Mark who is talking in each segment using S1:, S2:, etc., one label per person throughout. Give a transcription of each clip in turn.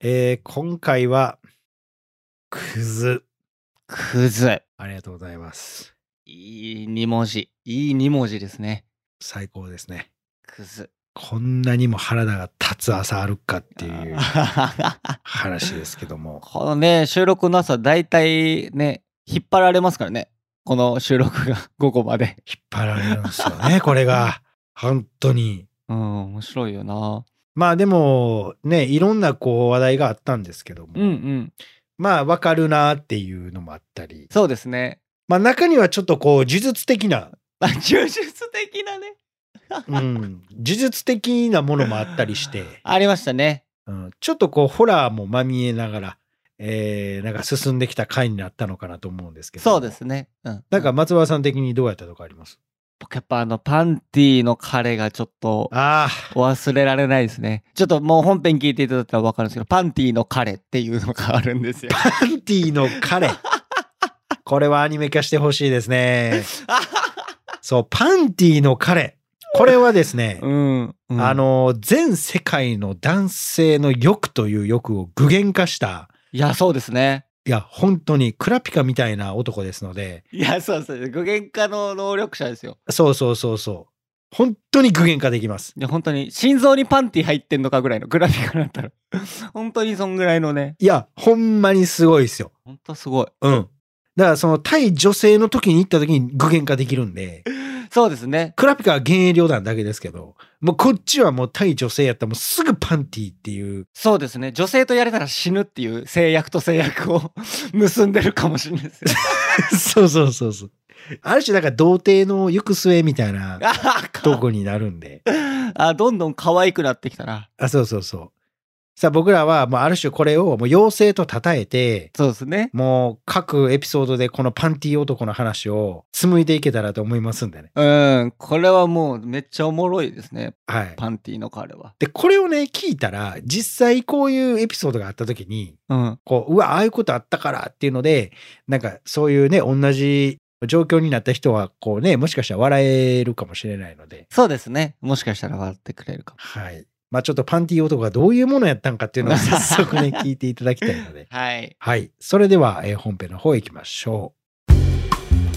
S1: えー今回は、クズ。
S2: クズ。
S1: ありがとうございます。
S2: いい2文字。いい2文字ですね。
S1: 最高ですね。
S2: クズ。
S1: こんなにも原田が立つ朝あるかっていう
S2: あー
S1: 話ですけども。
S2: このね、収録の朝、大体ね、引っ張られますからね。この収録が 午後まで。
S1: 引っ張られるんですよね、 これが。本当に。
S2: うん、面白いよな。
S1: まあでも、ね、いろんなこう話題があったんですけども。
S2: うんうん。
S1: まあわかるなっていうのもあったり。
S2: そうですね。
S1: まあ中にはちょっとこう、呪術的な、
S2: あ、呪術的なね。
S1: うん、呪術的なものもあったりして。
S2: ありましたね。
S1: うん、ちょっとこうホラーもまみえながら、えー、なんか進んできた回になったのかなと思うんですけど
S2: そうですね。うん。
S1: なんか松原さん的にどうやったとかあります
S2: 僕やっぱあの、パンティーの彼がちょっと、
S1: あ
S2: 忘れられないですね。ちょっともう本編聞いていただいたら分かるんですけど、パンティーの彼っていうのがあるんで すよ。
S1: あパンティの 彼これはアニメ化してほしいです ねそうパンティの彼これはですね、
S2: うん、うん
S1: あ、の全世界の男性の欲という欲を具現化した
S2: いや、そうですね。
S1: いや本当にクラピカみたいな男ですので
S2: いや、そうそう。具現化の能力者ですよ。
S1: そうそうそうそう本当に具現化できます
S2: いや、本当に、心臓にパンティ入ってんのかぐらいのグラフィックだったら。本当にそんぐらいのね。
S1: いやほんまにすごいですよ
S2: 本当すごい。
S1: うん。だからその対女性の時に行った時に具現化できるんで、
S2: そうですね。
S1: クラピカは現役旅団だけですけど、もうこっちはもう対女性やったらもうすぐパンティっていう、
S2: そうですね。女性とやれたら死ぬっていう制約と制約を 結んでるかもしれない です よ。
S1: そうそうそうそう。ある種なんか童貞の行く末みたいな
S2: あか
S1: とこになるんで。
S2: あ、どんどん可愛くなってきたな。
S1: あ、そうそうそう。さあ僕らはもうある種これをもう妖精と称えて、
S2: そうですね。
S1: もう各エピソードでこのパンティ男の話を紡いでいけたらと思いますんでね。
S2: うん、これはもうめっちゃおもろいですね。
S1: はい。
S2: パンティの彼は。
S1: で、これをね、聞いたら、実際こういうエピソードがあった時に、
S2: うん。
S1: こう、うわ、ああいうことあったからっていうので、なんかそういうね、同じ状況になった人は、こうね、もしかしたら笑えるかもしれないので、
S2: そうですね。もしかしたら笑ってくれるかも。
S1: はい。まあちょっとパンティ男がどういうものやったんかっていうのを早速ね、聞いていただきたいので。
S2: はい。
S1: はい。それでは、えー本編の方行きましょう。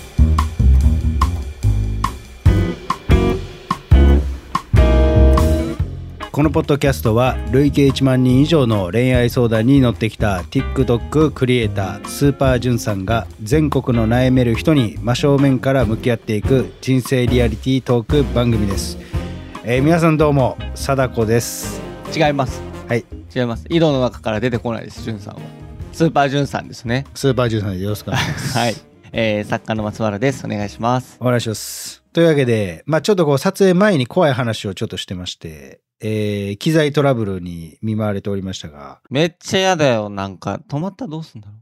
S1: このポッドキャストは累計1万人以上の恋愛相談に乗ってきた TikTok クリエイタースーパージュンさんが全国の悩める人に真正面から向き合っていく人生リアリティートーク番組です、えー皆さんどうも貞子です
S2: 違います。
S1: はい。
S2: 違います。井戸の中から出てこないです、じゅんさんは。スーパーじゅんさんですね。
S1: スーパージュンさんでよろしくお願いします
S2: はい。えー、作家の松原です。お願いします。
S1: お願いします。というわけで、まあ、ちょっとこう撮影前に怖い話をちょっとしてまして、えー機材トラブルに見舞われておりましたが、
S2: めっちゃ嫌だよ。なんか、止まったらどうすんだろ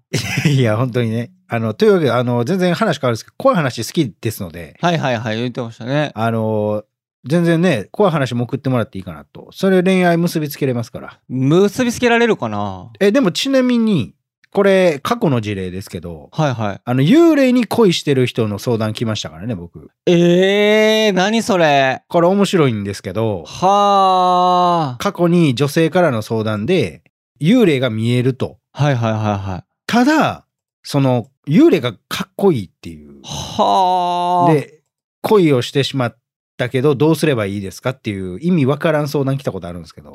S2: う。
S1: いや、本当にね、あの、というわけで、あの、全然話変わるんですけど、怖い話好きですので、
S2: はいはいはい。言ってましたね。
S1: あの、全然ね、怖い話も送ってもらっていいかなと。それ恋愛結びつけれますから。
S2: 結びつけられるかな
S1: え、でもちなみに、これ、過去の事例ですけど、
S2: はいはい。
S1: あの、幽霊に恋してる人の相談来ましたからね、僕。
S2: えー、何それ。
S1: これ面白いんですけど、
S2: はあ。
S1: 過去に女性からの相談で幽霊が見えると。
S2: はいはいはいはい。
S1: ただ、その幽霊がかっこいいっていう。
S2: はあ。
S1: で、恋をしてしまったけどどうすればいいですかっていう意味わからん相談来たことあるんですけど、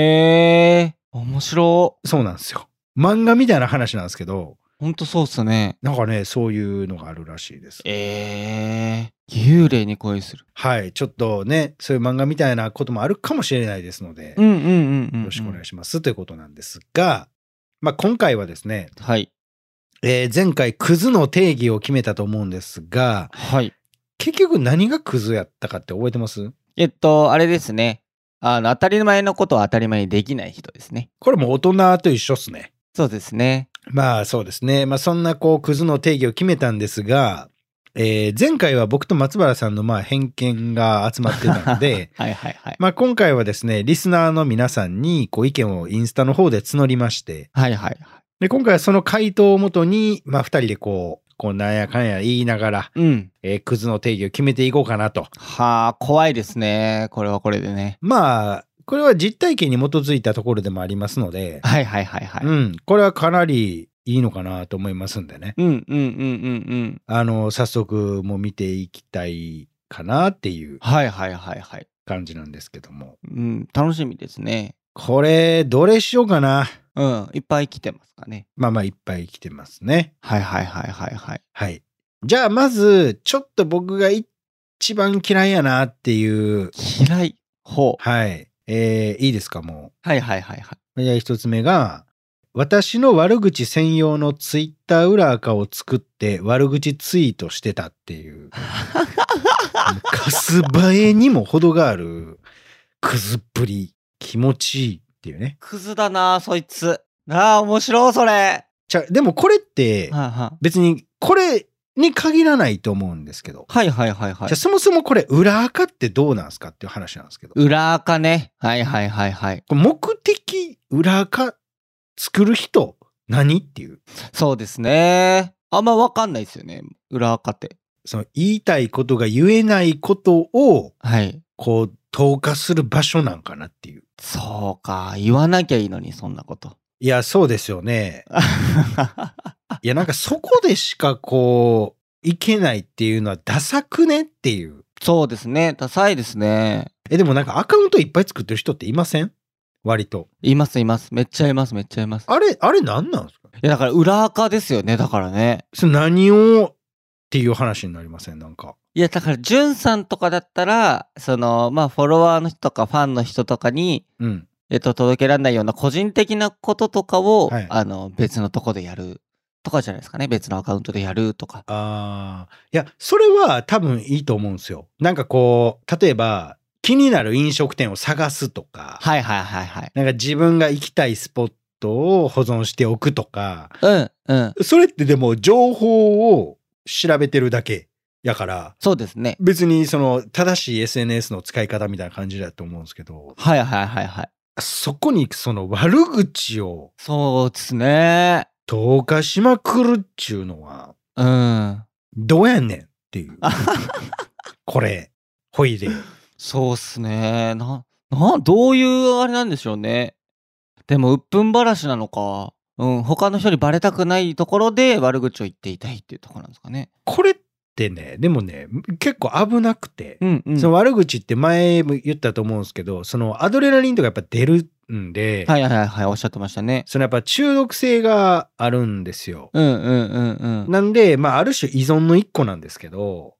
S2: へえ、面白。
S1: そうなんですよ。漫画みたいな話なんですけど、
S2: ほんとそうっすね。
S1: なんかね、そういうのがあるらしいです。
S2: ええ幽霊に恋する。
S1: はい、ちょっとね、そういう漫画みたいなこともあるかもしれないですので、
S2: うんうんうんうん、
S1: よろしくお願い
S2: し
S1: しますということなんですが、まあ今回はですね、
S2: ます。はい。
S1: えー前回クズの定義を決めたと思うんですが
S2: はい。
S1: 結局何がクズやったかって覚えてます
S2: えっと、あれですね。あの、当たり前のことを当たり前にできない人ですね。
S1: これも大人と一緒っすね。
S2: そうですね。、
S1: まあそうですね。まあそんなこうクズの定義を決めたんですが、えー前回は僕と松原さんのまあ偏見が集まってたので
S2: はいはいはい。
S1: まあ今回はですね、リスナーの皆さんにこう意見をインスタの方で募りまして、
S2: はいはいは
S1: で今回はその回答をもとに、まあ二人でこう、こうなんやかんや言いながら、
S2: い。うん。
S1: えークズの定義を決めていこうかなと
S2: はあ、怖いですね。これはこれでね。
S1: まあ、これは実体験に基づいたところでもありますので、
S2: はいはいはいはい。
S1: うん、これはかなりいいのかなと思いますんでね。
S2: うんうんうんうんうん。
S1: あの、早速もう見ていきたいかなっていう
S2: はいはいはいはい。
S1: 感じなんですけども。
S2: うん、楽しみですね。
S1: これ、どれしようかな。
S2: うん、いっぱい来てますかね。
S1: まあまあ、いっぱい来てますね。
S2: はいはいはいはいはい。
S1: はい。じゃあ、まず、ちょっと僕が一番嫌いやなっていう、
S2: 嫌い方。
S1: はい。えー、いいですか、も
S2: はいはいはいはい。
S1: う。じゃあ、一つ目が、私の悪口専用のツイッター裏垢を作って悪口ツイートしてたって いう、カスバエにも程がある、くずっぷり、気持ちいいっていうね。
S2: クズだなそいつ。なあ、面白いそれ。は
S1: じゃあでもこれって
S2: い、は
S1: 別にこれに限らないと思うんですけど、
S2: いはいはいはいは
S1: じゃあ
S2: い。
S1: そもそもこれ裏垢ってどうなんですかっていう話なんですけどこ
S2: 裏垢ね。はいはいはいはい。
S1: れ目的裏垢作る人何っていう
S2: そうですね。あんまわかんないですよね。裏垢って。
S1: その言いたいことが言えないことを
S2: はい。
S1: こう投下する場所なんかなっていう
S2: そうか。言わなきゃいいのに、そんなこと。
S1: いやそうですよねいやなんかそこでしかこういけないっていうのはダサくねっていう
S2: そうですね。ダサいですね。
S1: えでもなんかアカウントいっぱい作ってる人っていません割と
S2: いますいます。めっちゃいますめっちゃいます。い
S1: あれあれ何なんですか
S2: やだから裏垢ですよね。だからね。
S1: それ何をっていう話になりませんなんか
S2: いやだから、ジュンさんとかだったら、その、まあフォロワーの人とかファンの人とかに、
S1: うん
S2: えっと、届けられないような個人的なこととかを、
S1: はい
S2: あの、別のとこでやるとかじゃないですかね。別のアカウントでやるとか。
S1: ああ、いや、それは多分いいと思うんですよ。なんかこう、例えば、気になる飲食店を探すとか、
S2: はいはいはいはい。
S1: なんか自分が行きたいスポットを保存しておくとか、
S2: うんうん。
S1: それってでも情報を調べてるだけやから、
S2: そうですね。
S1: 別にその正しい SNS の使い方みたいな感じだと思うんですけど、
S2: はいはいはいはい。
S1: そこにその悪口を
S2: そうですね。
S1: 投下しまくるっちゅうのは、
S2: うん。
S1: どうやんねんっていう。これ、ほいで。
S2: そうっすね。な、な、どういうあれなんでしょうね。でも、鬱憤ばらしなのか。うん、他の人にバレたくないところで悪口を言っていたいっていうところなんですかね。
S1: これってねでもね結構危なくて、
S2: うんうん。
S1: その悪口って前も言ったと思うんですけどそのアドレナリンとかやっぱ出るんで、
S2: はいはいはいはい、おっしゃってましたね。
S1: そのやっぱ中毒性があるんですよ。
S2: うんうんうんうん。
S1: なんで、まあ、ある種依存の一個なんですけど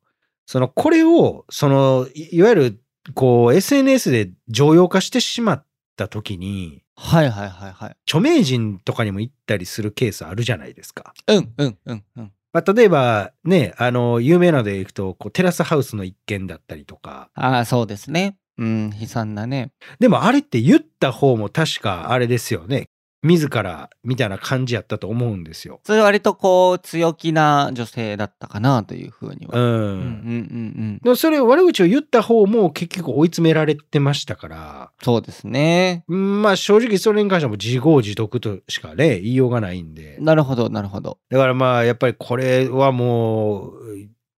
S1: そのこれをそのいいわゆるこう SNS で常用化してしまった時に
S2: はいはいはいはい。
S1: 著名人とかにも行ったりするケースあるじゃないですか。
S2: うんうんうんうん。
S1: まあ、例えばねあの有名なのでいくとこうテラスハウスの一件だったりとか
S2: ああ、そうですね。うん、悲惨なね。
S1: でもあれって言った方も確かあれですよね。自らみたいな感じやったと思うんですよ。
S2: それ割とこう、強気な女性だったかなというふうに
S1: う
S2: は。
S1: ん。
S2: うんうんうんうん。
S1: でもそれ悪口を言った方も結局追い詰められてましたから、
S2: そうですね。
S1: うんまあ正直それに関してはもう自業自得としかね、言いようがないんで。
S2: なるほどなるほど。
S1: だからまあやっぱりこれはもう、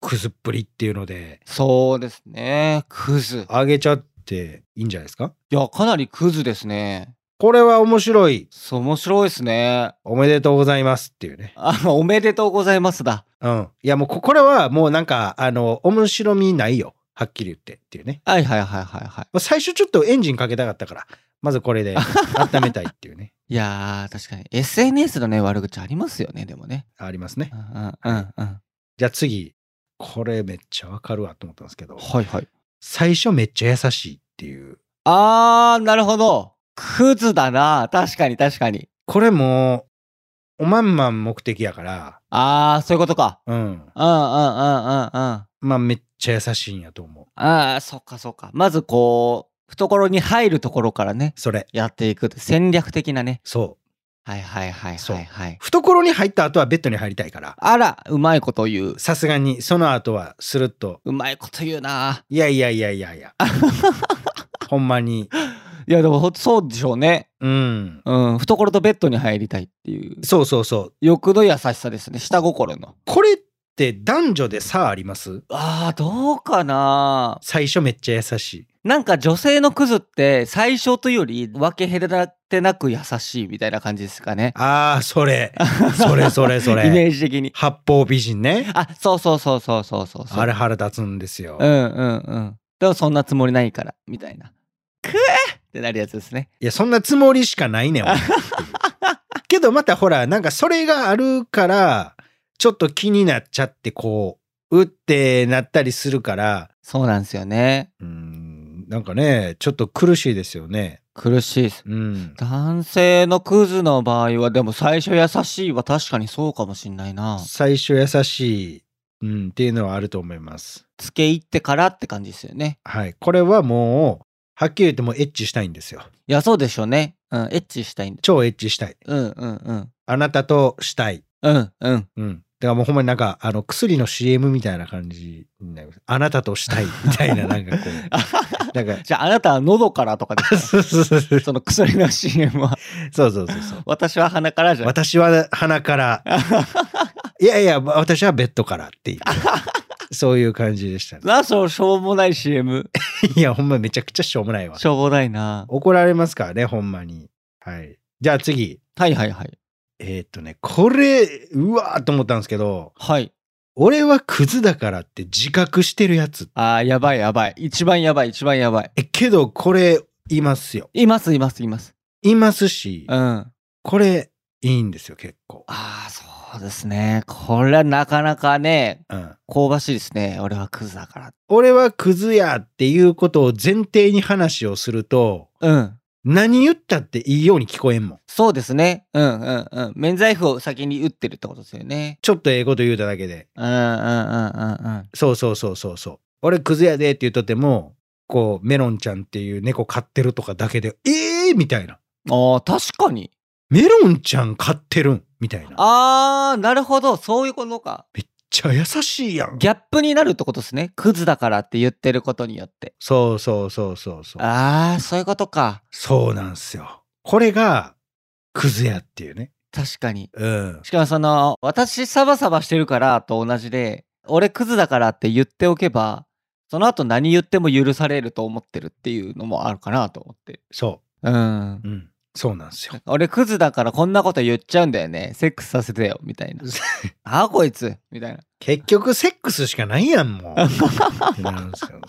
S1: くずっぷりっていうので、
S2: そうですね。クズ。
S1: あげちゃっていいんじゃないですか
S2: いや、かなりクズですね。
S1: これは面白い。
S2: そう、面白いですね。
S1: おめでとうございますっていうね。
S2: あ、おめでとうございますだ。
S1: うん。いやもうここれはもうなんか、あの、面白みないよ。はっきり言ってっていうね。
S2: はいはいはいはいはい。
S1: まあ最初ちょっとエンジンかけたかったから、まずこれで温めたいっていうね、
S2: いやー、確かに。SNS のね、悪口ありますよね、でもね。
S1: ありますね
S2: う。んうんうんうん。
S1: じゃあ次、これめっちゃわかるわと思ったんですけど、
S2: はいはい。
S1: 最初めっちゃ優しいっていう。
S2: あー、なるほど。クズだな。確かに確かに。
S1: これも、おまんまん目的やから、
S2: あー、そういうことか。
S1: うん。
S2: うんうんうんうんうん。
S1: まあめっちゃ優しいんやと思う。
S2: あー、そっかそっか。まずこう、懐に入るところからね、
S1: それ、
S2: やっていくって。戦略的なね。
S1: そ
S2: はいはいはい
S1: そ
S2: は
S1: う。。
S2: いはいう
S1: 懐に入った後はベッドに入りたいから、
S2: あら、うまいこと言う。
S1: さすがにその後はスルッと、
S2: うまいこと言うな。
S1: いやいやいやいやい や。ほんまに。
S2: いや、でもほんとそうでしょうね。
S1: うん。
S2: うん、懐とベッドに入りたいっていう。
S1: そうそうそう。
S2: 欲の優しさですね。下心の。
S1: これって男女で差あります
S2: ああ、どうかな。
S1: 最初めっちゃ優しい。
S2: なんか女性のクズって最初というより分け隔てなく優しいみたいな感じですかね。
S1: ああ、そ れ。それそれそ
S2: イメ
S1: れ。
S2: ージ的に。
S1: 八方美人ね。
S2: あ、そうそうそうそうそうそうそう。
S1: あれ腹立つんですよ。
S2: うんうんうん。でもそんなつもりないから、みたいな。くえってなるやつですね。
S1: いや、そんなつもりしかないねん。俺けどまたほら、なんかそれがあるから、ちょっと気になっちゃって、こう、うってなったりするから、
S2: そうなんですよね。
S1: うん、なんかね、ちょっと苦しいですよね。
S2: 苦しいです。
S1: うん。
S2: 男性のクズの場合は、でも最初優しいは確かにそうかもしんないな。
S1: 最初優しい、うん、っていうのはあると思います。
S2: 付け入ってからって感じですよね。
S1: はい。これはもう、はっきり言ってもうエッチしたいんですよ。
S2: いや、そうでしょうね。うん、エッチしたいんで。
S1: 超エッチしたい。
S2: うんうんうん。
S1: あなたとしたい。
S2: うんうん。
S1: うん。だからもうほんまになんか、あの、薬の CM みたいな感じになります。あなたとしたい。みたい な、なんかこう。なんか、
S2: じゃあ、あなたは喉からとかですか
S1: そうそうそうそう
S2: その薬の CM は。
S1: そうそうそう。
S2: 私は鼻からじゃん。
S1: 私は鼻 から、いやいや、私はベッドからっていう。そういう感じでしたね。
S2: なあ、そのしょうもない CM。
S1: いや、ほんまめちゃくちゃしょうもないわ
S2: し。ょうもないな。
S1: 怒られますからね、ほんまに。はい。じゃあ次。
S2: はいはいはい。
S1: えーっとね、これ、うわーと思ったんですけど、
S2: はい。
S1: 俺はクズだからって自覚してるやつ。
S2: ああ、やばいやばい。一番やばい、一番やばい。
S1: え、けどこれ、いますよ。
S2: いますいますいます。
S1: いますし
S2: う、ん。あ
S1: これ、いいんですよ、結構。
S2: あ、そうですね。これはなかなかね、
S1: うん。
S2: 香ばしいですね。俺はクズだから。
S1: 俺はクズやっていうことを前提に話をすると、
S2: うん。
S1: 何言ったっていいように聞こえんもん。
S2: そうですね。うんうんうん。免罪符を先に打ってるってことですよね。
S1: ちょっとええこと言うただけで。
S2: うんうんうんうんうん。
S1: そうそうそうそうそう。俺クズやでって言っとっても、こう、メロンちゃんっていう猫飼ってるとかだけで、ええー、みたいな。
S2: ああ、確かに。
S1: メロンちゃん飼ってるんみたいな。めっ
S2: ああ、なるほど。そういうことか。
S1: ちゃ優しいやん。
S2: ギャップになるってことですね。クズだからって言ってることによって。
S1: そうそうそうそうそう。
S2: ああ、そういうことか。
S1: そうなんすよ。これが、クズやっていうね。
S2: 確かに。
S1: うん。
S2: しかもその、私サバサバしてるからと同じで、俺クズだからって言っておけば、その後何言っても許されると思ってるっていうのもあるかなと思って。
S1: そ
S2: うん
S1: う。。うん。そうなん すよ。
S2: 俺クズだからこんなこと言っちゃうんだよね。セックスさせてよ、みたい な。ああ、こいつみたいな。
S1: 結局、セックスしかないやん、 もう。ってなるんすよ。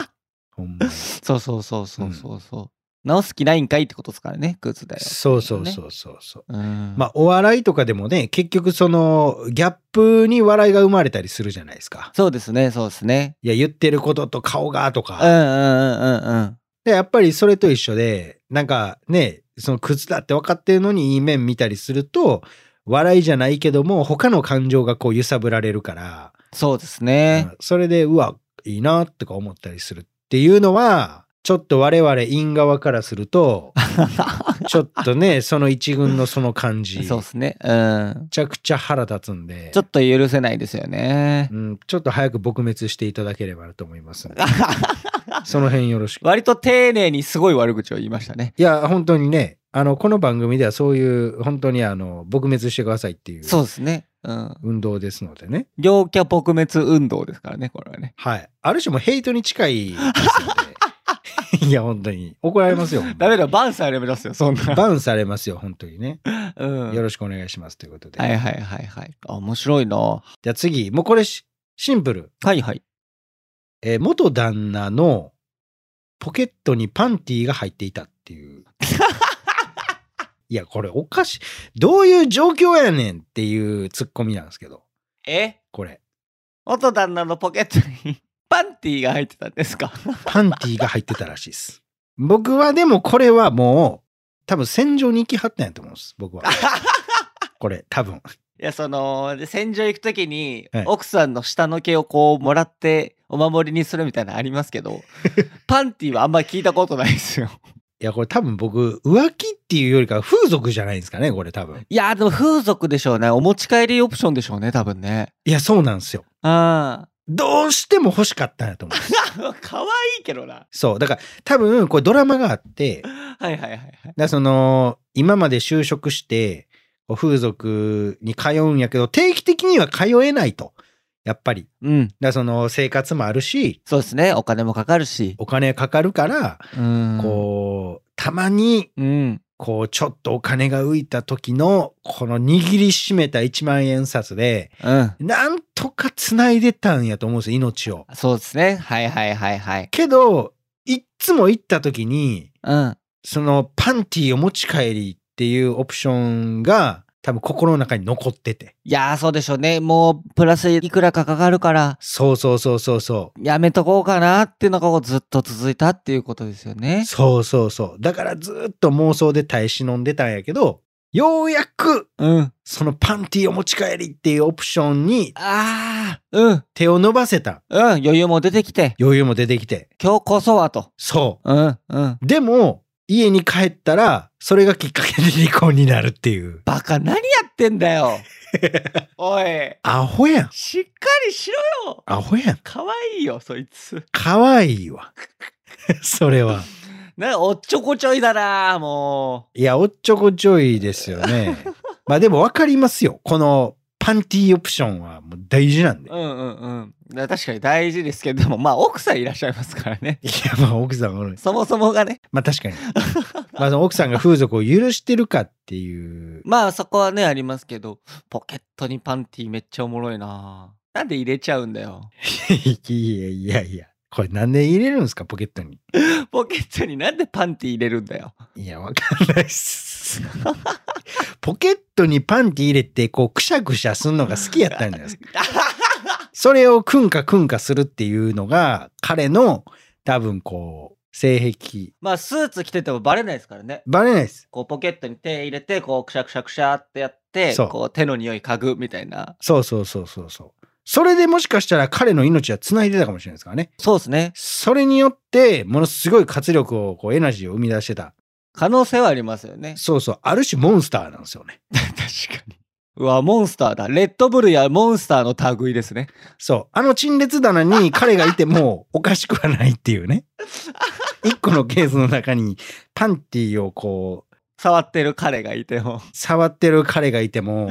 S1: ほんまに。
S2: そうそうそうそうそうそう。直す気ないんかいってことですからね、クズだよ。
S1: そうそうそうそうそう。
S2: うん。
S1: まあ、お笑いとかでもね、結局その、ギャップに笑いが生まれたりするじゃないですか。
S2: そうですね、そうですね。
S1: いや、言ってることと顔がと
S2: うん
S1: か。
S2: うんうんうんうん。
S1: で、やっぱりそれと一緒で、なんかね、その、クズだって分かってるのにいい面見たりすると、笑いじゃないけども、他の感情がこう揺さぶられるから、
S2: そうですね。
S1: うんそれで、うわ、いいなとか思ったりするっていうのは、ちょっと我々陰側からする と、ちょっとね、その一軍のその感じ、め
S2: そうですね。うん。
S1: ちゃくちゃ腹立つんで。
S2: ちょっと許せないですよね。
S1: うん、ちょっと早く撲滅していただければなと思い ますのでその辺よろしく。
S2: 割と丁寧にすごい悪口を言いましたね。
S1: いや、本当にね、あの、この番組ではそういう、本当にあの、撲滅してくださいっていう
S2: そうですね。うん。
S1: 運動ですのでね。
S2: 陽キャ撲滅運動ですからね、これはね。
S1: はい。ある種もうヘイトに近いですの で。いや、本当に。怒られますよ。ほんまに
S2: ダメだ、バンサーで目指すよ、そんな。
S1: バウンされますよ、本当にね。
S2: うん。は
S1: よ
S2: い
S1: ろしくお願いしますということで。
S2: はいはいはい。あ、面白いな。は
S1: じゃあ次、もうこれしシンプル。
S2: いはい。
S1: えー元旦那のポケットにパンティーが入っていたって いう。いや、これおかしい。どういう状況やねんっていうツッコミなんですけど、
S2: え
S1: これ。
S2: 元旦那のポケットに パンティーが入ってたんですか
S1: パンティーが入ってたらしいです。僕はでもこれはもう、多分戦場に行きはったんやと思うんです、僕は。これ、多分。
S2: いや、その、で戦場行くときに、
S1: はい
S2: 奥さんの下の毛をこう、もらって、お守りにするみたいなのありますけ ど、パンティーはあんまり聞いたことないですよ。
S1: いや、これ多分僕、浮気っていうよりかは風俗じゃないんですかね、これ多分。
S2: いや、でも風俗でしょうね。お持ち帰りオプションでしょうね、多分ね。
S1: いや、そうなんですよ。
S2: あ
S1: どうしても欲しかったんやと思うんです。
S2: あ。 可愛いけどな。
S1: そう。だから、多分、これドラマがあって、
S2: はいはいはいは
S1: だ
S2: い。
S1: からその今まで就職してこう風俗に通うんやけど定期的には通えないとやっぱり。だか
S2: うん。
S1: らその生活もあるし、
S2: そうですね。お金もかかるし。
S1: お金かかるから、
S2: うん。
S1: こう、たまに、
S2: う。うん。
S1: こう、ちょっとお金が浮いた時の、この握りしめた1万円札で、
S2: うん。
S1: なんとか繋いでたんやと思うんですよ、命を。
S2: そうですね。はいはいはいはい。
S1: けど、いっつも行った時に、
S2: うん。
S1: そのパンティーを持ち帰りっていうオプションが多分心の中に残ってて。
S2: いやー、そうでしょうね。もう、プラスいくらかかかるから、
S1: そうそうそうそうそ
S2: やめとこうかなっていうのがこうずっと続いたっていうことですよね
S1: う。。そうそうそう。だからずーっと妄想で耐え忍んでたんやけど、ようやく
S2: うん。
S1: そのパンティーを持ち帰りっていうオプションに
S2: あー、うん。
S1: 手を伸ばせた
S2: うん。余裕も出てきて、
S1: 余裕も出てきて。
S2: 今日こそはと。
S1: そ
S2: うん。うん。
S1: う。でも、家に帰ったら、それがきっかけで離婚になるっていう。
S2: バカ、何やってんだよ。おい、
S1: アホやん。
S2: しっかりしろよ。
S1: アホやん。
S2: かわいいよ、そいつ。
S1: かわいいわ。 それは。
S2: な、おっちょこちょいだな、も
S1: いや、おっちょこちょいですよ ね。まあでも分かりますよ。このパンティーオプションはもう大事なんで。
S2: う。
S1: い
S2: うんうんうん。な確かに大事ですけど、でもまあ、奥さんいらっしゃいますからね。
S1: や、まあ奥さんは、
S2: そもそもがね。
S1: まあ確 かに。まあその奥さんが風俗を許してるかっていう。
S2: まあそこはねありますけどポケットにパンティめっちゃおもろいななんで入れちゃうんだよ
S1: いやいやいや。これ何で入れるんですか、ポケットに。
S2: ポケットになんでパンティ入れるんだよ
S1: いや、分かんないっす。ポケットにパンティー入れて、こう、くしゃくしゃすんのが好きやったんじゃないで すか。それをくんかくんかするっていうのが、彼の多分こう、性癖。
S2: まあスーツ着ててもバレないですからね
S1: バレないです。
S2: こうポケットに手入れてこうくしゃくしゃくしゃってやって
S1: そう
S2: こう手の匂い嗅ぐみたいな
S1: そうそうそうそうそう。それでもしかしたら彼の命は繋いでたかもしれないですからね。
S2: そうですね
S1: それによって、ものすごい活力を、こう、エナジーを生み出してた。
S2: 可能性はあります よね
S1: そうそう。ある種モンスターなんですよね。
S2: 確かにうわモンスターだレッドブルやモンスターの類いですね
S1: そう。あの陳列棚に彼がいてもおかしくはないっていう ね。一個のケースの中にパンティーをこう、
S2: 触ってる彼がい ても
S1: 触ってる彼がいても、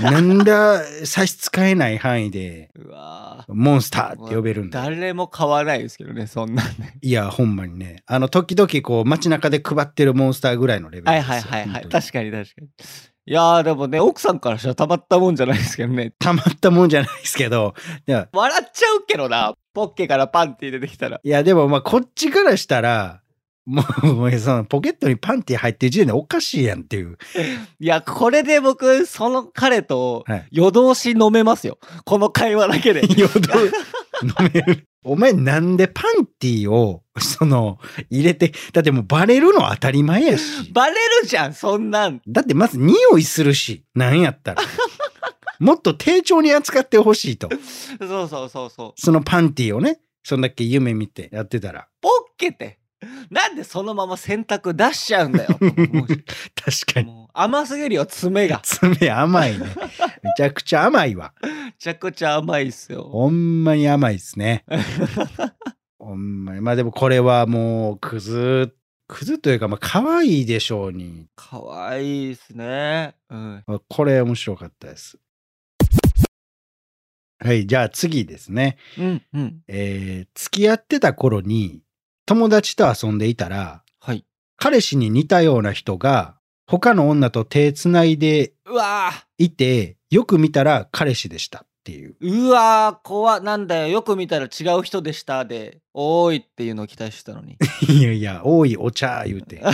S1: なんだ差し支えない範囲で、
S2: うわ
S1: モンスターって呼べるんだ。
S2: 誰も買わないですけどねそんなんね
S1: いや、ほんまにね。あの、時々こう街中で配ってるモンスターぐらいのレベルです
S2: はい
S1: よ。
S2: はいはいはい。
S1: 本当に
S2: 確かに確かに。いやーでもね、奥さんからしたらたまったもんじゃないですけどね。
S1: たまったもんじゃないですけど、いや、
S2: 笑っちゃうけどな。ポッケからパンティ出てきたら。
S1: いやでもまあこっちからしたら、もう、もうそのポケットにパンティー入ってる時点でおかしいやんっていう。
S2: いや、これで僕、その彼と
S1: はい
S2: 夜通し飲めますよ。この会話だけ で。
S1: 夜通飲める。お前なんでパンティーを、その、入れて、だってもうバレるの当たり前やし。
S2: バレるじゃん、そんなん。
S1: だってまず匂いするし、なんやったら。もっと丁重に扱ってほしいと。
S2: そうそうそうそう。
S1: そのパンティーをね、そんだけ夢見てやってたら。
S2: ポッケって。なんでそのまま洗濯出しちゃう んだよ。も
S1: 確か
S2: う
S1: に。
S2: もう甘すぎるよ、爪が。
S1: 爪甘いね。めちゃくちゃ甘いわ。
S2: めちゃくちゃ甘いっすよ。
S1: ほんまに甘いですね。ほんまに。まあでもこれはもう、クズ、クズというか、まあ可愛いでしょうに
S2: かわいいっすね。うん。
S1: あこれ面白かったです。はい、じゃあ次ですね。
S2: うん、うん。
S1: えー付き合ってた頃に友達と遊んでいたら、
S2: はい。
S1: 彼氏に似たような人が他の女と手つないで
S2: うわー
S1: いて、よく見たら彼氏でしたっていう。
S2: うわー怖っなんだよよく見たら違う人でしたで「おーい」っていうのを期待してた のに
S1: いやいや、多いお茶言う て。
S2: いや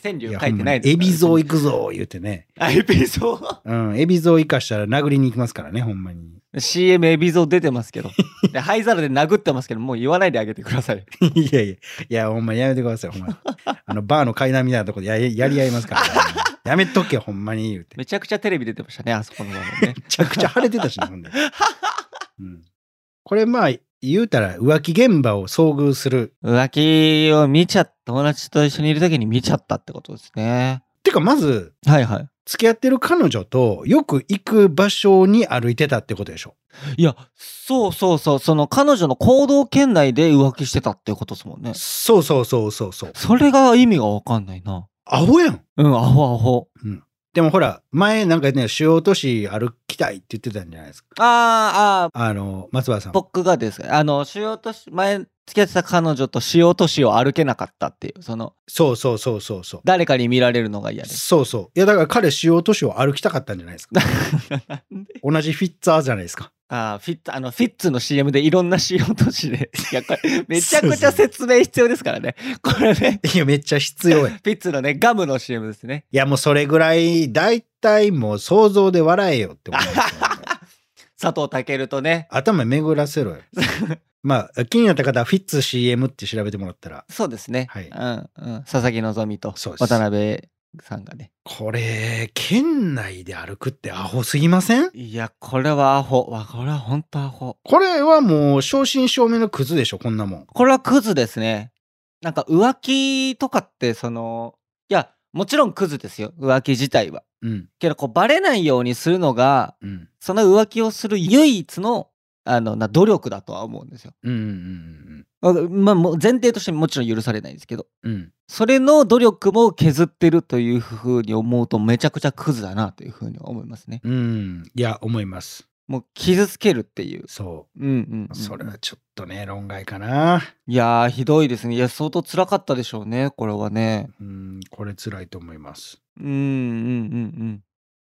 S2: 川柳書いてない
S1: エビゾ
S2: ー
S1: 行くぞ言うてね。
S2: エビゾー
S1: うん、エビゾ生かしたら殴りに行きますからね、ほんまに。
S2: CM エビゾー出てますけどで灰皿で殴ってますけどもう言わないであげてください
S1: いやいや、いや、ほんまやめてください、ほんま。あの、バーの階段みたいなとこでややり合いますから、やめとけ、ほんまに言うて。め
S2: めちゃくちゃテレビ出てましたねあそこの場面ね
S1: ちゃくちゃ晴れてたしね、ほんで。うん、これ、まあ、言うたら浮気現場を遭遇する。
S2: 浮気を見ちゃった友達と一緒にいる時に見ちゃったってことですね
S1: てか、まず、
S2: はいはい
S1: 付き合ってる彼女とよく行く場所に歩いてたってことでしょ。
S2: いやそうそうそうその彼女の行動圏内で浮気してたってことですもんね
S1: そうそうそうそうそう。
S2: それが意味が分かんないな
S1: アホやん。
S2: うん、アホアホ。
S1: うんでもほら、前なんかね、主要都市歩きたいって言ってたんじゃないですか。
S2: あーあ
S1: あの、松原さん
S2: ー。僕がですかあの主要都市前付き合ってた彼女と主要都市を歩けなかったっていうその
S1: そうそうそうそうそう。
S2: 誰かに見られるのが嫌です
S1: そうそう。いや、だから彼、主要都市を歩きたかったんじゃないですか。
S2: なんで
S1: 同じフィッツァーじゃないですか。
S2: あーフィッツあのフィッツの CM でいろんな主要都市で いやこれめちゃくちゃ説明必要ですからねこれね
S1: いや、めっちゃ必要や。い
S2: フィッツのねガムの CM ですね
S1: や、もうそれぐらい、だいたいもう想像で笑えよって思いますよね、
S2: 佐藤健とね
S1: 頭巡らせろよ。まあ、気になった方は、フィッツ CM って調べてもらったら、
S2: そうですね、
S1: はい
S2: うんうん、佐々木希と
S1: そうです
S2: 渡辺さんがね
S1: これ、県内で歩くってアホすぎません
S2: いやこれはアホわこれは本当アホ
S1: これはもう、正真正銘のクズでしょ、こんなもん。
S2: これはクズですねなんか浮気とかってそのいやもちろんクズですよ浮気自体は
S1: うん、
S2: けどこうバレないようにするのが
S1: うん、
S2: その浮気をする唯一のあのな努力だとは思うんですよ
S1: うん、うん、
S2: わまあもう前提としてもちろん許されないですけど
S1: うんうん。
S2: それの努力も削ってるというふうに思うとめちゃくちゃクズだなというふうに思いますね。
S1: うん、いや、思います。
S2: もう傷つけるっていう。
S1: そ
S2: うんうんうん、
S1: う。それはちょっとね、論外かな。
S2: いやーひどいですね。いや相当辛かったでしょうねこれはね。
S1: うん、これ辛いと思います。
S2: うんうんうんうん。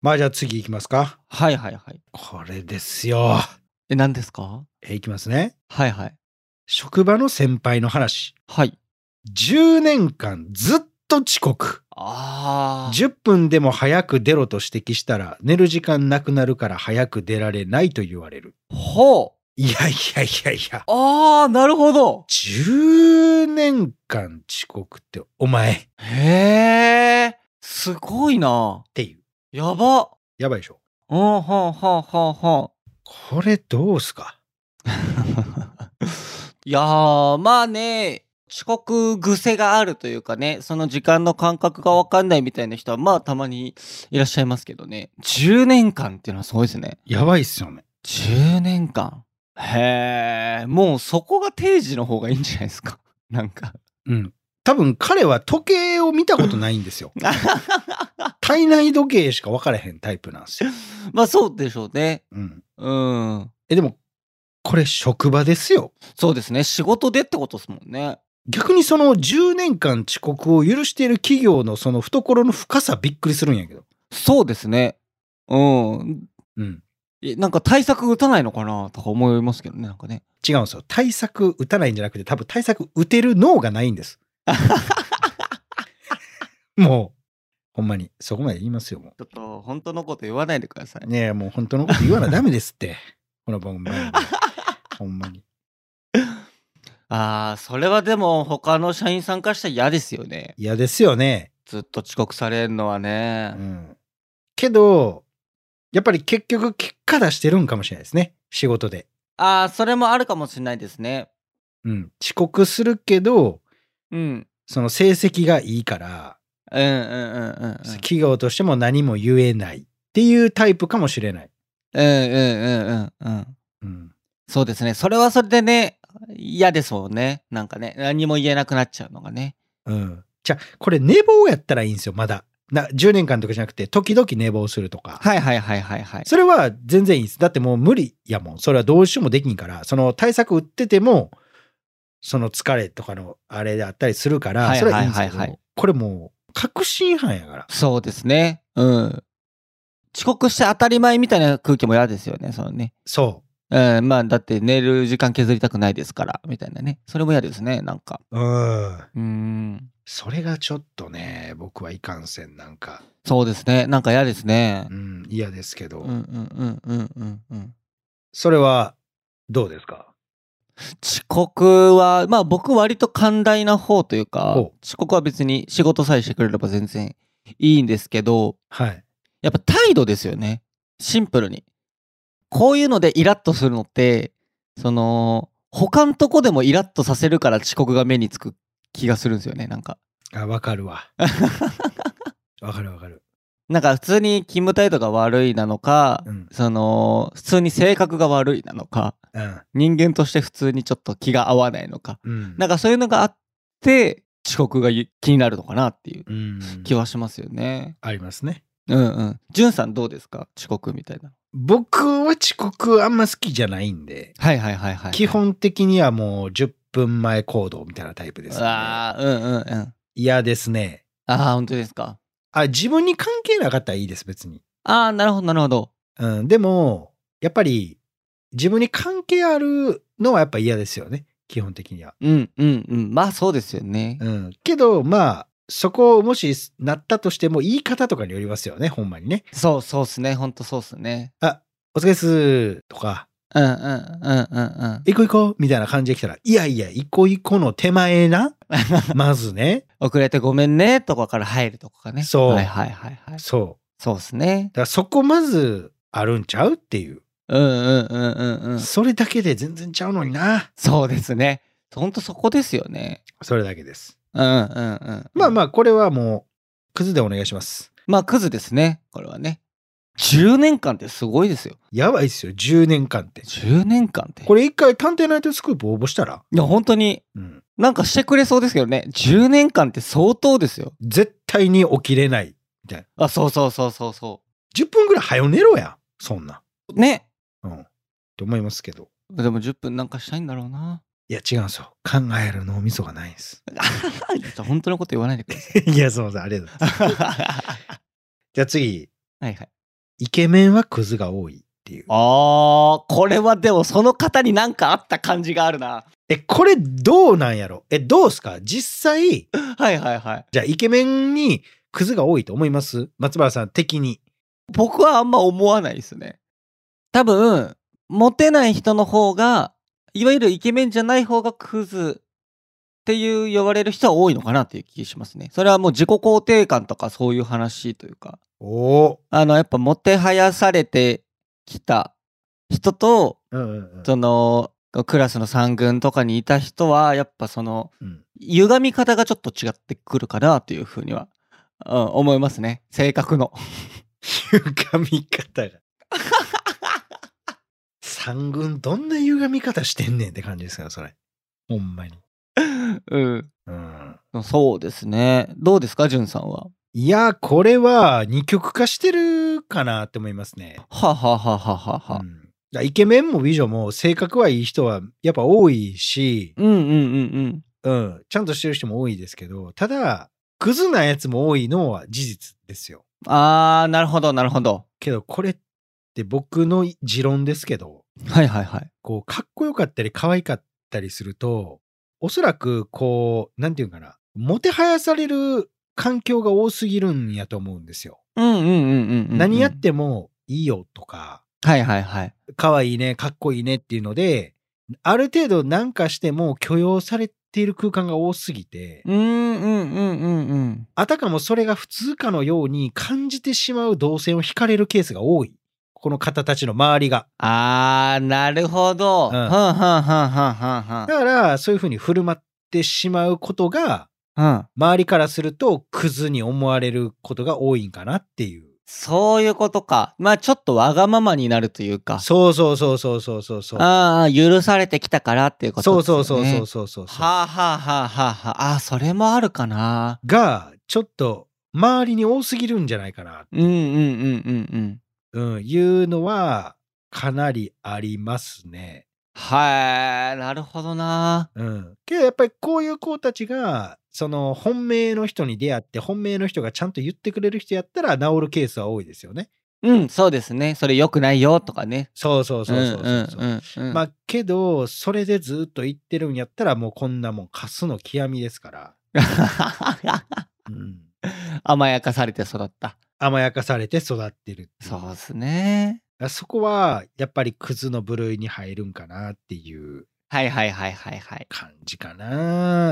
S1: まあじゃあ次行きますか。
S2: はいはいはい。
S1: これですよ。
S2: え何ですか
S1: え、行きますね。
S2: はいはい。
S1: 職場の先輩の話。
S2: はい。
S1: 10年間ずっと遅刻。
S2: あー
S1: 10分でも早く出ろと指摘したら、寝る時間なくなるから早く出られないと言われる。
S2: ほう
S1: いやいやいやいや。
S2: あーなるほど
S1: 10年間遅刻ってお前っ
S2: へえすごいな。
S1: ていう。
S2: やば
S1: やばいでしょ。
S2: うんはんはんはんはん。
S1: これどうすか
S2: いやーまあね遅刻癖があるというかねその時間の感覚が分かんないみたいな人はまあたまにいらっしゃいますけどね10年間っていうのはすごいですね
S1: やばいっすよね。
S2: 10年間へえもうそこが定時の方がいいんじゃないですかなんか
S1: うん。多分彼は時計を見たことないんです よ。体内時計しか分からへんタイプなんですよ。
S2: まあそうでしょうね
S1: うん。
S2: うん
S1: え、でも、これ職場ですよ。
S2: そうですね仕事でってことですもんね
S1: 逆にその10年間遅刻を許している企業のその懐の深さびっくりするんやけど。
S2: そうですねうん
S1: うん。
S2: えなんか対策打たないのかなとか思いますけどねなんかね
S1: 違うんですよ。対策打たないんじゃなくて、多分対策打てる脳がないん です。もう、ほんまに、そこまで言いますよ、も。。
S2: ちょっと本当のこと言わないでくださいう
S1: ねえ、もう本当のこと言わなダメですって。この番組。 ほんまに。
S2: ああ、それはでも他の社員さんからしたら嫌ですよね。
S1: 嫌ですよね。
S2: ずっと遅刻されるのはね。
S1: うんけどやっぱり結局結果出してるんかもしれないですね仕事で、
S2: ああ、それもあるかもしれないですね。
S1: うん、遅刻するけど
S2: うん。
S1: その成績がいいから、
S2: うんうんうんうんうん。
S1: 企業としても何も言えないっていうタイプかもしれない、
S2: うんうんうんうんうん。
S1: うん、
S2: そうですね。それはそれでね、嫌ですもんね。なんかね、何も言えなくなっちゃうのがね。
S1: うん、じゃあこれ寝坊やったらいいんですよまだな10年間とかじゃなくて時々寝坊するとか、
S2: はいはいはいはいはい。
S1: それは全然いいですだってもう無理やもんそれはどうしようもできんからその対策打っててもその疲れとかのあれであったりするから、
S2: はい
S1: それはいいんですけど、
S2: はいはいはい
S1: これもう確信犯やから
S2: そうですね。うん。遅刻して当たり前みたいな空気も嫌ですよね。そのね。
S1: そ
S2: うん、まあだって寝る時間削りたくないですからみたいなねそれも嫌ですねなんか
S1: ううん
S2: うーん
S1: それがちょっとね僕はいかんせんなんか、
S2: そうですねなんか嫌ですね
S1: うん、嫌ですけど、
S2: うんうんうんうんうんうん
S1: それはどうですか
S2: 遅刻はまあ僕割と寛大な方というか
S1: ほう
S2: 遅刻は別に仕事さえしてくれれば全然いいんですけど
S1: はい
S2: やっぱ態度ですよねシンプルにこういうのでイラッとするのってその他のとこでもイラッとさせるから遅刻が目につく気がするんですよねなんか
S1: あわかる わわかるわかる
S2: なんか普通に勤務態度が悪いなのか、
S1: うん
S2: その普通に性格が悪いなのか
S1: うん
S2: 人間として普通にちょっと気が合わないのか
S1: うん
S2: なんかそういうのがあって遅刻がゆ気になるのかなっていう
S1: うん
S2: 気はしますよね。
S1: ありますね
S2: うんうん。じゅんさんどうですか遅刻みたいな。
S1: 僕は遅刻あんま好きじゃないんで、
S2: はいはいはいはい。
S1: 基本的にはもう10分前行動みたいなタイプで、
S2: です
S1: ね。
S2: ああ、うんうんうん。あ
S1: 嫌ですね。
S2: あー、本当ですか。
S1: あ、自分に関係なかったらいいです、別に。
S2: ああ、なるほどなるほど。
S1: うん、でも、やっぱり、自分に関係あるのはやっぱ嫌ですよね、基本的には。
S2: うんうんうん。まあそうですよね。
S1: うん。けど、まあ、そこをもしなったとしても言い方とかによりますよね、ほんまにね。
S2: そうそうっすね。ほんとそうっすね。
S1: お疲れっすとか、
S2: うんうんうんうんうん。
S1: 行こう行こうみたいな感じで来たら、いやいや、行こう行こうの手前な。まず ね。
S2: 遅れてごめんねとかから入るとかがね。
S1: そう
S2: はいはいはいはい。
S1: そう。
S2: そうっすね
S1: だ。からそこまずあるんちゃうっていう。
S2: うんうんうんうんうん。
S1: それだけで全然ちゃうのにな。
S2: そうですね。ほんとそこですよね。
S1: それだけです。
S2: うんうんうん。
S1: まあまあ、これはもう、クズでお願いします。
S2: まあ、クズですね。これはね。10年間ってすごいですよ。
S1: やばいっすよ、10年間って。
S2: 10年間って。
S1: こ
S2: れ。
S1: れ一回探偵ナイトスクープ応募したら、
S2: いや、本当に、
S1: うん、
S2: なんかしてくれそうですけどね。10年間って相当ですよ。
S1: 絶対に起きれない。
S2: あ、そうそうそうそうそ
S1: 10分ぐらい早寝ろや。そんな。
S2: う。ね。
S1: うん。と思いますけど。
S2: でも10分なんかしたいんだろうな。
S1: いや、違うんですよ。考える脳みそがないんです。
S2: ちょっと本当のこと言わないでください。
S1: いや、すいません。ありがとうございます。
S2: は
S1: じゃあ次、
S2: いはい。
S1: イケメンはクズが多いっていう。
S2: あー、これはでもその方になんかあった感じがあるな。
S1: え、これどうなんやろえ、どうすか実際、
S2: はいはいはい。
S1: じゃあ、イケメンにクズが多いと思います松原さん的に。
S2: 僕はあんま思わないですね。多分、モテない人の方が、いわゆるイケメンじゃない方がクズっていう呼ばれる人は多いのかなっていう気がしますね。それはもう自己肯定感とかそういう話というか、
S1: おお。
S2: あの、やっぱもてはやされてきた人と、
S1: うんうんうん。
S2: その、クラスの三軍とかにいた人は、やっぱその、
S1: うん
S2: 歪み方がちょっと違ってくるかなというふうには、うん、思いますね。性格の。
S1: 歪み方 が。三軍どんな歪み方してんねんって感じですから、それ。ほんまに。
S2: うん。
S1: うん。
S2: そうですね。どうですか、じゅんさんは。
S1: いや、これは二極化してるかなって思いますね。
S2: ははははは
S1: う
S2: は。
S1: ん、だからイケメンも美女も性格はいい人はやっぱ多いし、
S2: うんうんうん
S1: うん、ちゃんとしてる人も多いですけど、ただ、クズなやつも多いのは事実ですよ。
S2: うん。あー、なるほどなるほど。
S1: けど、これって僕の持論ですけど、
S2: はいはいはい。
S1: こう、かっこよかったり、可愛かったりすると、おそらく、こう、なんていうんかな、もてはやされる環境が多すぎるんやと思うんですよ。
S2: うんうんうんうん、うん。
S1: 何やってもいいよとか、
S2: はいはいはい。
S1: 可愛いね、かっこいいねっていうので、ある程度なんかしても許容されている空間が多すぎて、
S2: うんうんうんうんうん。
S1: あたかもそれが普通かのように感じてしまう動線を引かれるケースが多い。この方たちの周りが。
S2: あー、なるほど。
S1: うん
S2: はんはんはんはんはんはん
S1: だから、そういうふうに振る舞ってしまうことが、
S2: うん。
S1: 周りからするとクズに思われることが多いんかなっていう。
S2: そういうことか。まあちょっとわがままになるというか。
S1: そうそうそうそうそうそうそう。
S2: ああ、許されてきたからっていうこと
S1: そう
S2: ですよ
S1: そ
S2: ね。
S1: うそうそうそうそう。
S2: はあはあはあはあはあ。あー、それもあるかな。
S1: が、ちょっと周りに多すぎるんじゃないかな、
S2: うんうんうんうんうん。
S1: うん、いうのはかなりありますね。
S2: はい、なるほどな。
S1: うん。けどやっぱりこういう子たちが、その本命の人に出会って本命の人がちゃんと言ってくれる人やったら治るケースは多いですよね。
S2: うん、そうですね。それ良くないよとかね。
S1: そうそうそうそうそうそう。
S2: んうんうん。
S1: まあけどそれでずっと言ってるんやったらもうこんなもん貸すの極みですから、うん、
S2: 甘やかされて育った。
S1: 甘やかされて育ってるっていう
S2: そうですね。
S1: そこはやっぱりクズの部類に入るんかなっていう
S2: はいはいはいはいはい。
S1: 感じかな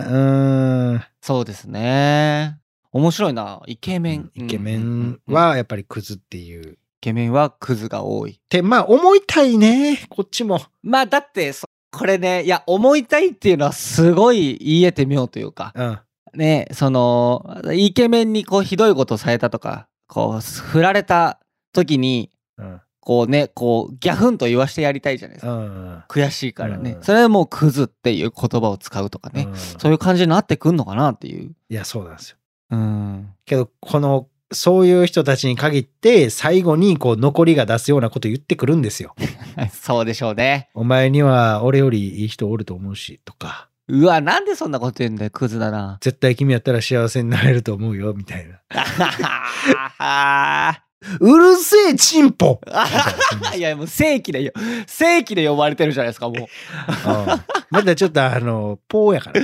S1: うん
S2: そうですね。面白いな。イケメン。
S1: イケメ
S2: うんうん
S1: ン
S2: うんうん、イ
S1: はやっぱりクズっていうっ
S2: ケメンはクズが多い。
S1: てまあ思いたいねこっちも
S2: まあだってそ、これね、いや、思いたいっていうのはすごい言えてみようというか。
S1: うん
S2: ねそのイケメンにこうひどいことされたとかこう振られた時に
S1: うん
S2: こうねこうギャフンと言わしてやりたいじゃないです
S1: う
S2: か、
S1: ん
S2: 悔しいからね、
S1: うん
S2: それはもうクズっていう言葉を使うとか
S1: う
S2: ね、
S1: ん
S2: そういう感じになってくんのかなっていう
S1: いやそうなんですよ
S2: うん
S1: けどこのそういう人たちに限って、最後にこう残りが出すようなこと言ってくるんですよ。
S2: そうでしょうね。
S1: お前には俺よりいい人おると思うし、とか、。
S2: うわ、なんでそんなこと言うんだよ、クズだな
S1: 絶対君やったら幸せになれると思うよ、みたいな。うるせえ、チンポ
S2: いや、もう正規でよ、正規で呼ばれてるじゃないですか、もう。
S1: うんまだちょっとあの、ポーやから。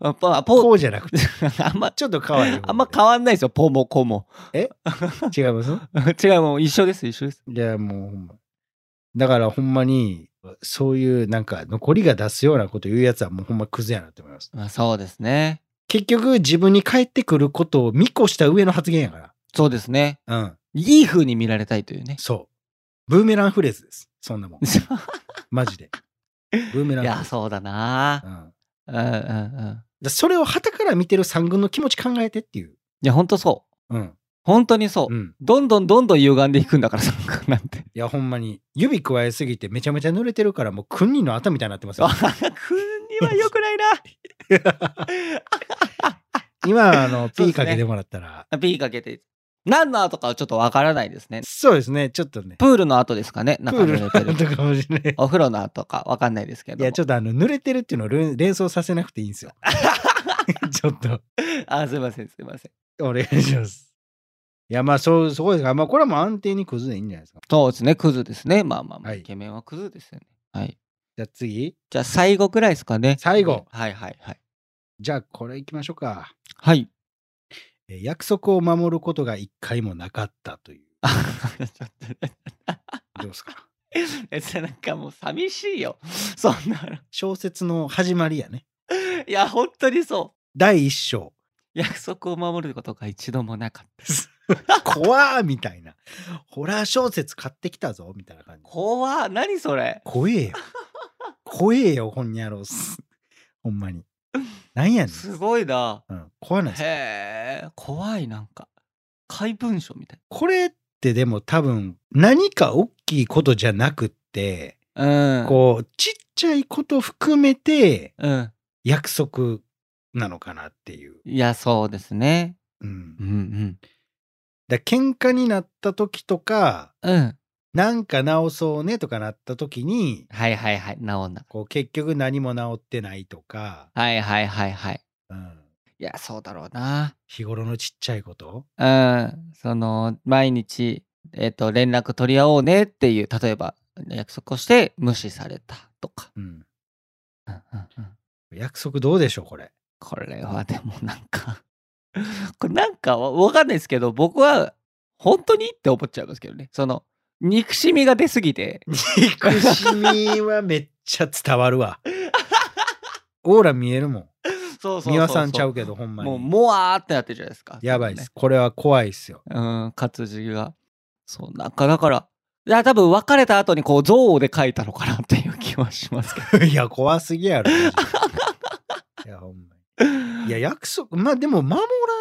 S2: あポ
S1: こ
S2: ポ
S1: うじゃなくて、
S2: あんま、
S1: ちょっと可愛い。
S2: あんま変わんないですよ、ポもコも。
S1: 違います
S2: 違う、もう一緒です、一緒です。
S1: いや、もうほんま。だからほんまに、そういうなんか残りが出すようなこと言うやつはもうほんまクズやなって思います。
S2: まあ、そうですね。
S1: 結局自分に返ってくることを見越した上の発言やか
S2: そうですね。
S1: ら。うん。
S2: いい風に見られたいと いうね。
S1: そう。ブーメランフレーズです。そんなもん。マジで。ブーメランフ
S2: い
S1: レー
S2: や、
S1: ズ。
S2: そうだな。
S1: うん、だか
S2: うんうんうん。
S1: らそれを旗から見てる三軍の気持ち考えてっていう。
S2: いや、ほんとそう。
S1: うん。
S2: ほんとにそう
S1: う。ん。
S2: どんどんどんどん歪んでいくんだから、三軍なんて。
S1: いや、ほんまに。指加えすぎてめちゃめちゃ濡れてるから、もう君人の頭みたいになってます よ
S2: あ。君には良くないな。
S1: 今、あの、
S2: そうですね
S1: P かけてもらったら。
S2: B かけて。何の後かはちょっとわからないですね。
S1: そうですね。ちょっとね。
S2: プールの後ですかね。なんか濡れてる。
S1: とかもしれない。
S2: お風呂の後かわかんないですけ
S1: い
S2: ど。
S1: や、ちょっとあの、濡れてるっていうのを連連想させなくていいん ですよ。ちょっと、
S2: あ、すいません、すいません。
S1: お願いします。いや、まあ、そう、そうですが、まあ、これはもう安定に崩れいいんじゃないですか。
S2: そうですね、クズですね。まあまあまあ、
S1: はい
S2: イケメンはクズですよね。はい。
S1: じゃあ次。
S2: じゃあ最後くらいですかね。
S1: 最後。
S2: はいはいはい。
S1: じゃあ、これいきましょうか。
S2: はい。
S1: えー約束を守ることが一回もなかったという。
S2: あちょっとね
S1: どうですか
S2: え、それなんかもう寂しいよ。そんなの。
S1: 小説の始まりやね。
S2: いや、本当にそ
S1: 第一章。
S2: う。約束を守ることが一度もなかった。
S1: 怖ーみたいな。ホラー小説買ってきたぞみたいな感じ。
S2: 怖っ何それ
S1: 怖えよ。 怖えよ、ほんにゃろうす。ほんまに。なんやねん。
S2: すごいな。
S1: うん、怖ないですか
S2: へえ、怖いなんか。怪文書みたい
S1: これってでも多分何か大きいことじゃなくって、
S2: な。うん。
S1: こうちっちゃいこと含めて
S2: うん。
S1: 約束なのかなっていう。
S2: いや、そうですね。
S1: うん
S2: う、ん
S1: だから喧嘩になった時とか
S2: うん。うん。
S1: なんか直そうねとかなった時に
S2: はいはいはい。直んな。
S1: こう結局何も直ってないとか、
S2: はいはいはいはい。
S1: うん、
S2: いや、そうだろうな。
S1: 日頃のちっちゃいこと、
S2: うん。その、毎日、えっ、と、連絡取り合おうねっていう、例えば、約束をして無視されたとか。
S1: うん、
S2: うんうんうん、
S1: 約束どうでしょうこ れ。
S2: これはでもなんか、 これなんかわわかんないですけど、僕は、本当にって思っちゃいますけどね。その、憎しみが出すぎて、
S1: 憎しみはめっちゃ伝わるわ。オーラ見えるもん。
S2: そうそう そうそう
S1: 三輪さんちゃうけど、ほんまに。
S2: もう、もわーってなってるじゃないですか。
S1: やばいです。
S2: ね
S1: これは怖いですよ。
S2: うん、活字が。そう、なんかだから、いや、多分別れた後にこう、憎悪で書いたのかなっていう気はしますけど。
S1: いや、怖すぎやろ。マジで いや、ほんまに。いや、約束、まあでも、守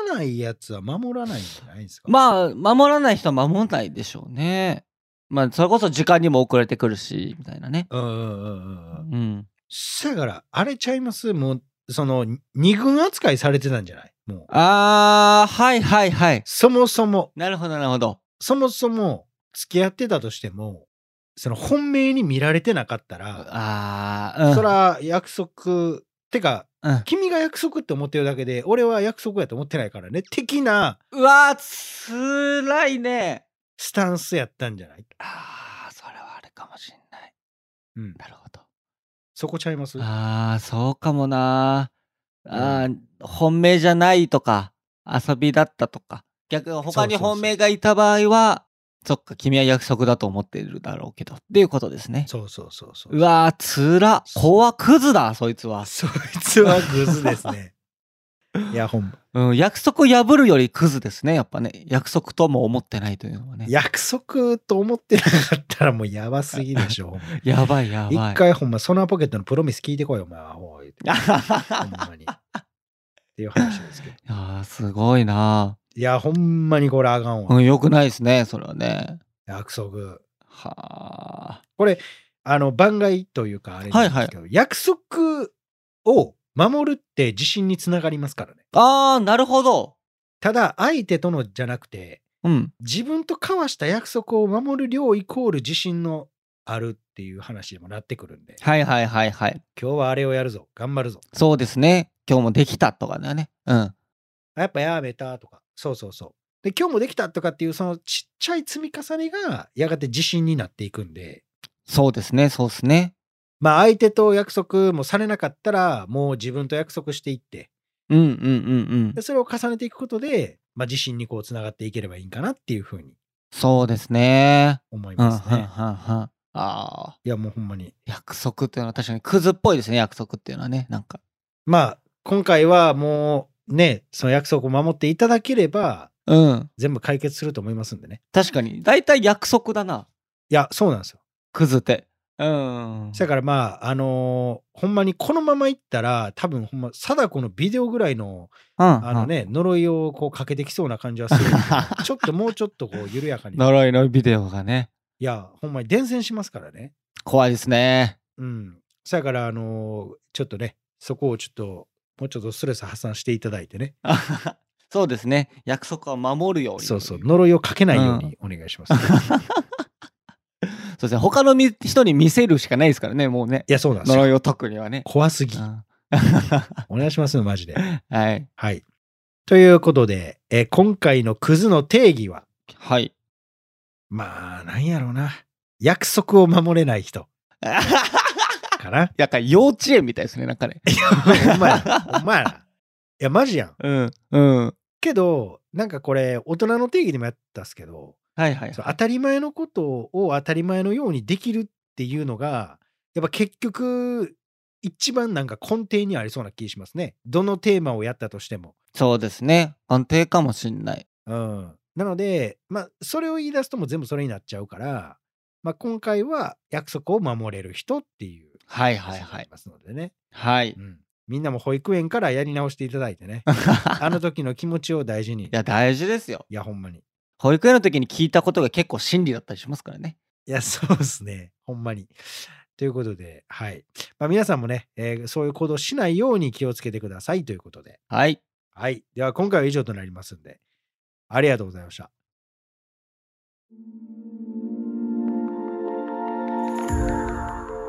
S1: らないやつは守らないんじゃないですか。
S2: まあ、守らない人は守らないでしょうね。まあ、それこそ時間にも遅れてくるし、みたいなね。
S1: うんうんうんう
S2: うん
S1: うん。
S2: ん。
S1: そやから、あれちゃいますもう、その、二軍扱いされてたんじゃないもう。
S2: あー、はいはいはい。
S1: そもそも、
S2: なるほどなるほど。
S1: そもそも、付き合ってたとしても、その、本命に見られてなかったら、
S2: あー、うん。
S1: そら、約束、てか、
S2: うん
S1: 君が約束って思ってるだけで、俺は約束やと思ってないからね、的な
S2: うわー、つらいね。
S1: スタンスやったんじゃない
S2: あー、それはあるかもしんない。
S1: うん、
S2: なるほど。
S1: そこちゃいます
S2: あー、そうかもな。あー、本命じゃないとか、遊びだったとか。逆に他に
S1: そうそうそう
S2: 本命がいた場合は、そっか、君は約束だと思っているだろうけど、っていうことですね。
S1: そうそうそうそう
S2: うわー、つら。怖クズだ、そいつは。
S1: そいつはグズです ねいやほんま
S2: うん、約束破るよりクズですね、やっぱね。約束とも思ってないというのはね。
S1: 約束と思ってなかったらもうやばすぎでしょほんま
S2: やばい、やばい。
S1: 一回ほんまソナーポケットのプロミス聞いてこいよお前はほう言うてほん
S2: い
S1: まにっていう話ですけど
S2: やー、すごいない
S1: やほんまにこれあかんわ、
S2: うん、よくないですね、それはね。
S1: 約束
S2: はあ。
S1: あの番外というかあれなんですけど、約束を守るって自信につながりますからね
S2: あー、なるほど。
S1: ただ相手とのじゃなくて
S2: うん。
S1: 自分と交わした約束を守る量イコール自信のあるっていう話にもなってくるんで、
S2: はいはいはいはい。
S1: 今日はあれをやるぞ、頑張るぞ。
S2: そうですね。今日もできたとかだね。うん。
S1: あやっぱやめたとか、そうそうそう。で、今日もできたとかっていうそのちっちゃい積み重ねがやがて自信になっていくんで、
S2: そうですね。そうですね。
S1: まあ相手と約束もされなかったら、もう自分と約束していって、
S2: うんうんうんう
S1: で
S2: ん。
S1: それを重ねていくことで、まあ自信にこうつながっていければいいんかなっていうふうに
S2: そうですね。
S1: 思い
S2: うんうんうん
S1: ま
S2: うん。
S1: すね。
S2: ああ
S1: いやもうほんまに。
S2: ー。約束っていうのは確かにクズっぽいですね。約束っていうのはね。なんか。
S1: まあ今回はもうね、その約束を守っていただければ、
S2: うん。
S1: 全部解決すると思いますんでね。
S2: 確かに。大体約束だな。
S1: いや、そうなんですよ。
S2: クズって。うん。
S1: だからまあ、あのーほんまにこのままいったら、多分ほんま、貞子のビデオぐらいの、
S2: うん。
S1: あの ね、呪いをこうかけてきそうな感じはするんで。 ちょっともうちょっとこう緩やか
S2: うん。
S1: に。
S2: 呪いのビデオがね。
S1: いや、ほんまに伝染しますからね。
S2: 怖いですね。
S1: うん。そやから、あのーちょっとね、そこをちょっと、もうちょっとストレス発散していただいてね。
S2: あははそうですね。約束は守るように。
S1: そうそう、呪いをかけないようにお願いします、
S2: そうですね。他のみ人に見せるしかないですからね、もうね。
S1: いや、そうなんです
S2: 呪
S1: よ。
S2: いを解くにはね。
S1: 怖すぎ
S2: う。ん
S1: お願いしますよ、マジで。
S2: はい。
S1: はい。ということで、えー今回のクズの定義は、
S2: はい。
S1: まあ、なんやろうな。約束を守れない人かな。
S2: やっぱ幼稚園み たいですね、なんかね。
S1: お前ら、お前ら。 いや、マジやん。
S2: うん。うん。
S1: けど、なんかこれ、大人の定義でもやったっすけど、
S2: はいはい。
S1: そう当たり前のことを当たり前のようにできるっていうのが、やっぱ結局、一番なんか根底にありそうな気しますね。どのテーマをやったとしても。
S2: そうですね。安定かもしんない。
S1: うん。なので、まあ、それを言い出すともう全部それになっちゃうから、まあ、今回は約束を守れる人っていう
S2: はい
S1: 話
S2: はい
S1: にな
S2: は
S1: り
S2: い。
S1: ますのでね。
S2: はい。
S1: うんみんなも保育園からやり直していただいてね。あ の時の気持ちを大事に。い
S2: いや、大事ですよ。
S1: や、ほんまに。
S2: 保育園の時に聞いたことが結構真理だったりしますからね。
S1: いや、そうですね。ほんまに。ということで、はい。まあ、皆さんもね、えーそういう行動しないように気をつけてくださいということで。
S2: はい。
S1: はい。では、今回は以上となりますんで、ありがとうございました。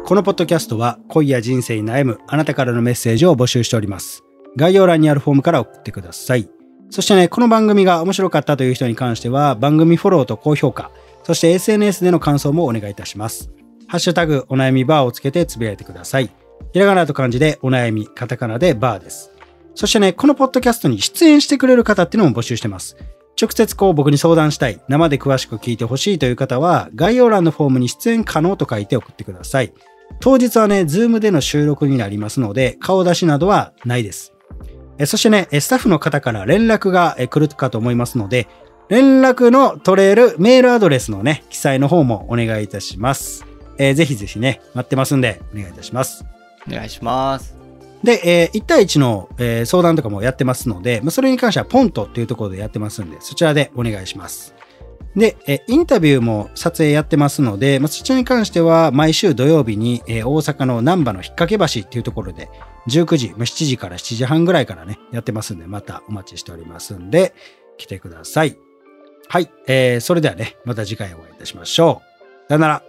S1: このポッドキャストは、恋や人生に悩むあなたからのメッセージを募集しております。概要欄にあるフォームから送ってください。そしてね、この番組が面白かったという人に関しては、番組フォローと高評価、そして SNS での感想もお願いいたします。ハッシュタグ、お悩みバーをつけてつぶやいてください。ひらがなと漢字でお悩み、カタカナでバーです。そしてね、このポッドキャストに出演してくれる方っていうのも募集してます。直接こう僕に相談したい、生で詳しく聞いてほしいという方は、概要欄のフォームに出演可能と書いて送ってください。当日はね、ズームでの収録になりますので、顔出しなどはないです。えそしてね、えスタッフの方から連絡がえ来るかと思いますので、連絡の取れるメールアドレスのね、記載の方もお願いいたします。えーぜひぜひね、待ってますんで、お願いいたします。
S2: お願いします。
S1: で、えー1対1の、えー相談とかもやってますので、まあ、それに関してはポントっていうところでやってますんで、そちらでお願いします。で、えーインタビューも撮影やってますので、まあ、そちらに関しては毎週土曜日に、えー大阪の難波の引っ掛け橋っていうところで、19時、まあ、7時から7時半ぐらいからね、やってますんで、またお待ちしておりますんで、来てください。はい、えーそれではね、また次回お会いいたしましょう。さよなら。